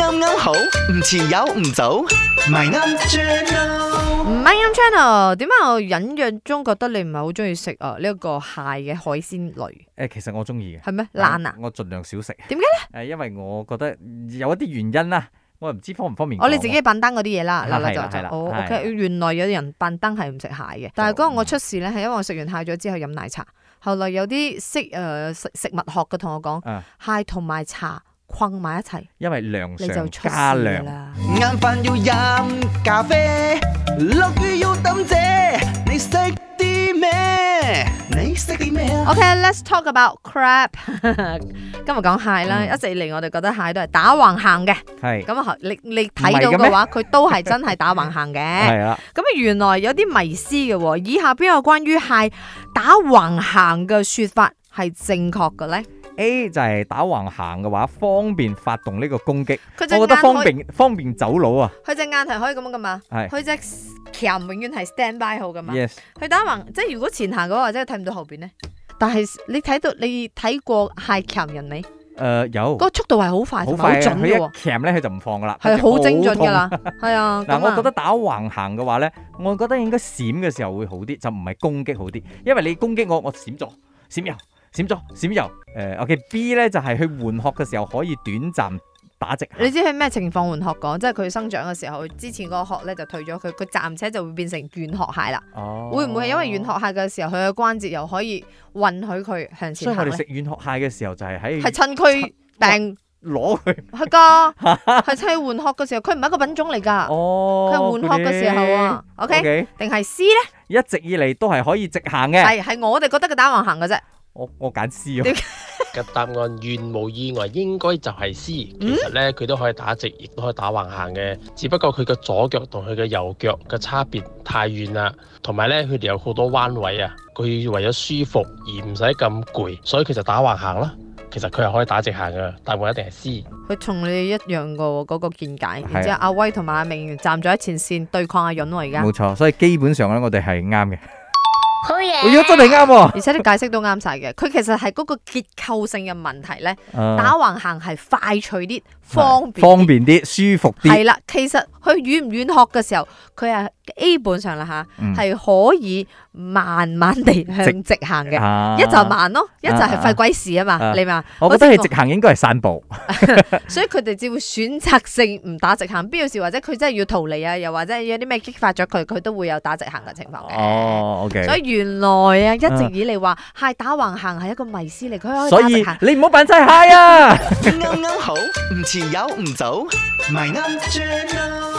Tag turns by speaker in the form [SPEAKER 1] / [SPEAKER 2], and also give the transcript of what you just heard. [SPEAKER 1] 啱啱好，唔遲有唔早，My Am Channel。
[SPEAKER 2] 唔係啱 channel，點解我隱約中覺得你唔係好中意食啊呢一個蟹嘅海鮮類
[SPEAKER 3] 誒，其實我中意嘅。
[SPEAKER 2] 係咩爛啊？
[SPEAKER 3] 我盡量少食。
[SPEAKER 2] 點解
[SPEAKER 3] 咧？誒，因為我覺得有一啲原因啦，我又唔知方唔方便講
[SPEAKER 2] 我
[SPEAKER 3] 喎。
[SPEAKER 2] 哦哋自己笨燈嗰啲嘢啦，
[SPEAKER 3] 啊係
[SPEAKER 2] 嗱
[SPEAKER 3] 啦
[SPEAKER 2] 嗱就
[SPEAKER 3] 係
[SPEAKER 2] 就
[SPEAKER 3] 啦
[SPEAKER 2] 哦
[SPEAKER 3] 係啦嗯
[SPEAKER 2] ，OK，原來有人笨燈係唔食蟹嘅，但係嗰日我出事咧，係因為我食完蟹咗之後飲奶茶，後來有啲識誒食食物學嘅同我講，
[SPEAKER 3] 嗯啊，
[SPEAKER 2] 蟹同埋茶困埋一齊，
[SPEAKER 3] 因為量
[SPEAKER 2] 你就
[SPEAKER 3] 上
[SPEAKER 2] 出事
[SPEAKER 3] 加量。
[SPEAKER 2] 啦。
[SPEAKER 1] 晏飯要飲咖啡，落雨要抌遮，你識啲咩？你識啲咩啊？
[SPEAKER 2] OK，let's talk about crab。今日講蟹啦，
[SPEAKER 3] 嗯
[SPEAKER 2] 一直以嚟我哋覺得蟹都係打橫行嘅，
[SPEAKER 3] 係
[SPEAKER 2] 咁啊，你你睇
[SPEAKER 3] 唔係
[SPEAKER 2] 到
[SPEAKER 3] 嘅咩
[SPEAKER 2] 嘅話，佢都係真係打橫行嘅。
[SPEAKER 3] 係啦，
[SPEAKER 2] 咁啊，原來有啲迷思嘅喎。以下邊有關於蟹打橫行嘅說法係正確嘅咧？
[SPEAKER 3] A 就係打橫行嘅話，方便發動呢個攻擊。
[SPEAKER 2] 佢隻
[SPEAKER 3] 我覺得
[SPEAKER 2] 眼
[SPEAKER 3] 方
[SPEAKER 2] 可以
[SPEAKER 3] 便方便走佬啊。
[SPEAKER 2] 佢隻眼係可以咁樣噶嘛？
[SPEAKER 3] 係
[SPEAKER 2] 佢隻鉗永遠係 stand by 好噶嘛？
[SPEAKER 3] Yes，
[SPEAKER 2] 佢打橫，即係如果前行嘅話，真係睇唔到後邊咧。但係你睇到你睇過蟹鉗人尾，
[SPEAKER 3] 誒有
[SPEAKER 2] 嗰、個速度係好快
[SPEAKER 3] 好
[SPEAKER 2] 同埋好
[SPEAKER 3] 快啊！
[SPEAKER 2] 準
[SPEAKER 3] 佢
[SPEAKER 2] 嘅喎
[SPEAKER 3] 一，鉗咧，佢就唔放噶啦，
[SPEAKER 2] 係好精準
[SPEAKER 3] 㗎
[SPEAKER 2] 㗎。啦，係啊。
[SPEAKER 3] 嗱，
[SPEAKER 2] 咁啊
[SPEAKER 3] 我覺得打橫行嘅話咧，我覺得應該閃嘅時候會好啲，就唔係攻擊好啲，因為你攻擊我，我閃咗，閃右，閃咗，閃右。誒、o k B 咧就係、去換殼嘅時候可以短暫打直
[SPEAKER 2] 你
[SPEAKER 3] 行。
[SPEAKER 2] 知佢咩情況換殼講？即係佢生長嘅時候，之前嗰個殼咧就退咗佢，佢暫且就會變成軟殼蟹啦。
[SPEAKER 3] 哦
[SPEAKER 2] 會唔會係因為軟殼蟹嘅時候，佢嘅關節又可以允許佢向
[SPEAKER 3] 所
[SPEAKER 2] 前
[SPEAKER 3] 以
[SPEAKER 2] 行
[SPEAKER 3] 我哋食哦
[SPEAKER 2] 咧？
[SPEAKER 3] 軟殼蟹嘅時候就係
[SPEAKER 2] 係
[SPEAKER 3] 喺
[SPEAKER 2] 趁佢病
[SPEAKER 3] 攞 佢。
[SPEAKER 2] 係 㗎，係趁佢換殼嘅時候，佢唔係一個品種嚟㗎，
[SPEAKER 3] 哦，
[SPEAKER 2] 佢係換殼嘅時候啊
[SPEAKER 3] 嗰啲。
[SPEAKER 2] ，OK，定係 C 咧？
[SPEAKER 3] 哦一直以嚟都係可以直行嘅。
[SPEAKER 2] 係係我哋覺得佢打橫行嘅啫，
[SPEAKER 3] 我我揀 C 啊
[SPEAKER 2] 點。
[SPEAKER 4] 嘅答案願無意外應該就係 C。其實咧，佢都可以打直，亦都可以打橫行嘅。只不過佢嘅左腳同佢嘅右腳嘅差別太遠啦，同埋咧佢哋有好多彎位啊。佢為咗舒服而唔使咁攰，所以佢就打橫行啦。其實佢係可以打直行嘅，答案一定係 C。
[SPEAKER 2] 佢同你一樣個嗰個見解。
[SPEAKER 3] 係啊
[SPEAKER 2] 然之後阿威同埋阿明站咗喺前線對抗阿潤喎，而家，
[SPEAKER 3] 冇錯，所以基本上咧，我哋係啱嘅。
[SPEAKER 5] 好嘢
[SPEAKER 3] 哎呀，真係啱喎
[SPEAKER 2] 而且你解釋都啱晒嘅。佢其實係嗰個結構性嘅問題咧，！打
[SPEAKER 3] 誒
[SPEAKER 2] 橫行係快脆啲、方便啲
[SPEAKER 3] 啊方便啲、舒服啲。
[SPEAKER 2] 係啦，其實佢遠唔遠學嘅時候，佢係基本上啦吓，
[SPEAKER 3] 嗯
[SPEAKER 2] 係、可以慢慢地向直行嘅。
[SPEAKER 3] 啊
[SPEAKER 2] 一就慢咯，一就係費鬼事啊嘛，
[SPEAKER 3] 啊
[SPEAKER 2] 你明嘛？
[SPEAKER 3] 我覺得
[SPEAKER 2] 好
[SPEAKER 3] 係
[SPEAKER 2] 似
[SPEAKER 3] 直行應該係散 步，
[SPEAKER 2] 我所以佢哋只會選擇性唔打直行，必要時或者佢真係要逃離啊，又或者有啲咩激發咗佢，佢都會有打直行嘅情況嘅。
[SPEAKER 3] 哦
[SPEAKER 2] 所
[SPEAKER 3] ，OK。
[SPEAKER 2] 以原來啊，一直以嚟話係打橫行係一個迷思嚟，佢可以
[SPEAKER 3] 所
[SPEAKER 2] 打直
[SPEAKER 3] 以
[SPEAKER 2] 行。
[SPEAKER 3] 你唔好扮晒蟹啊！
[SPEAKER 1] 啱啱好，唔遲有唔早，My Am Channel。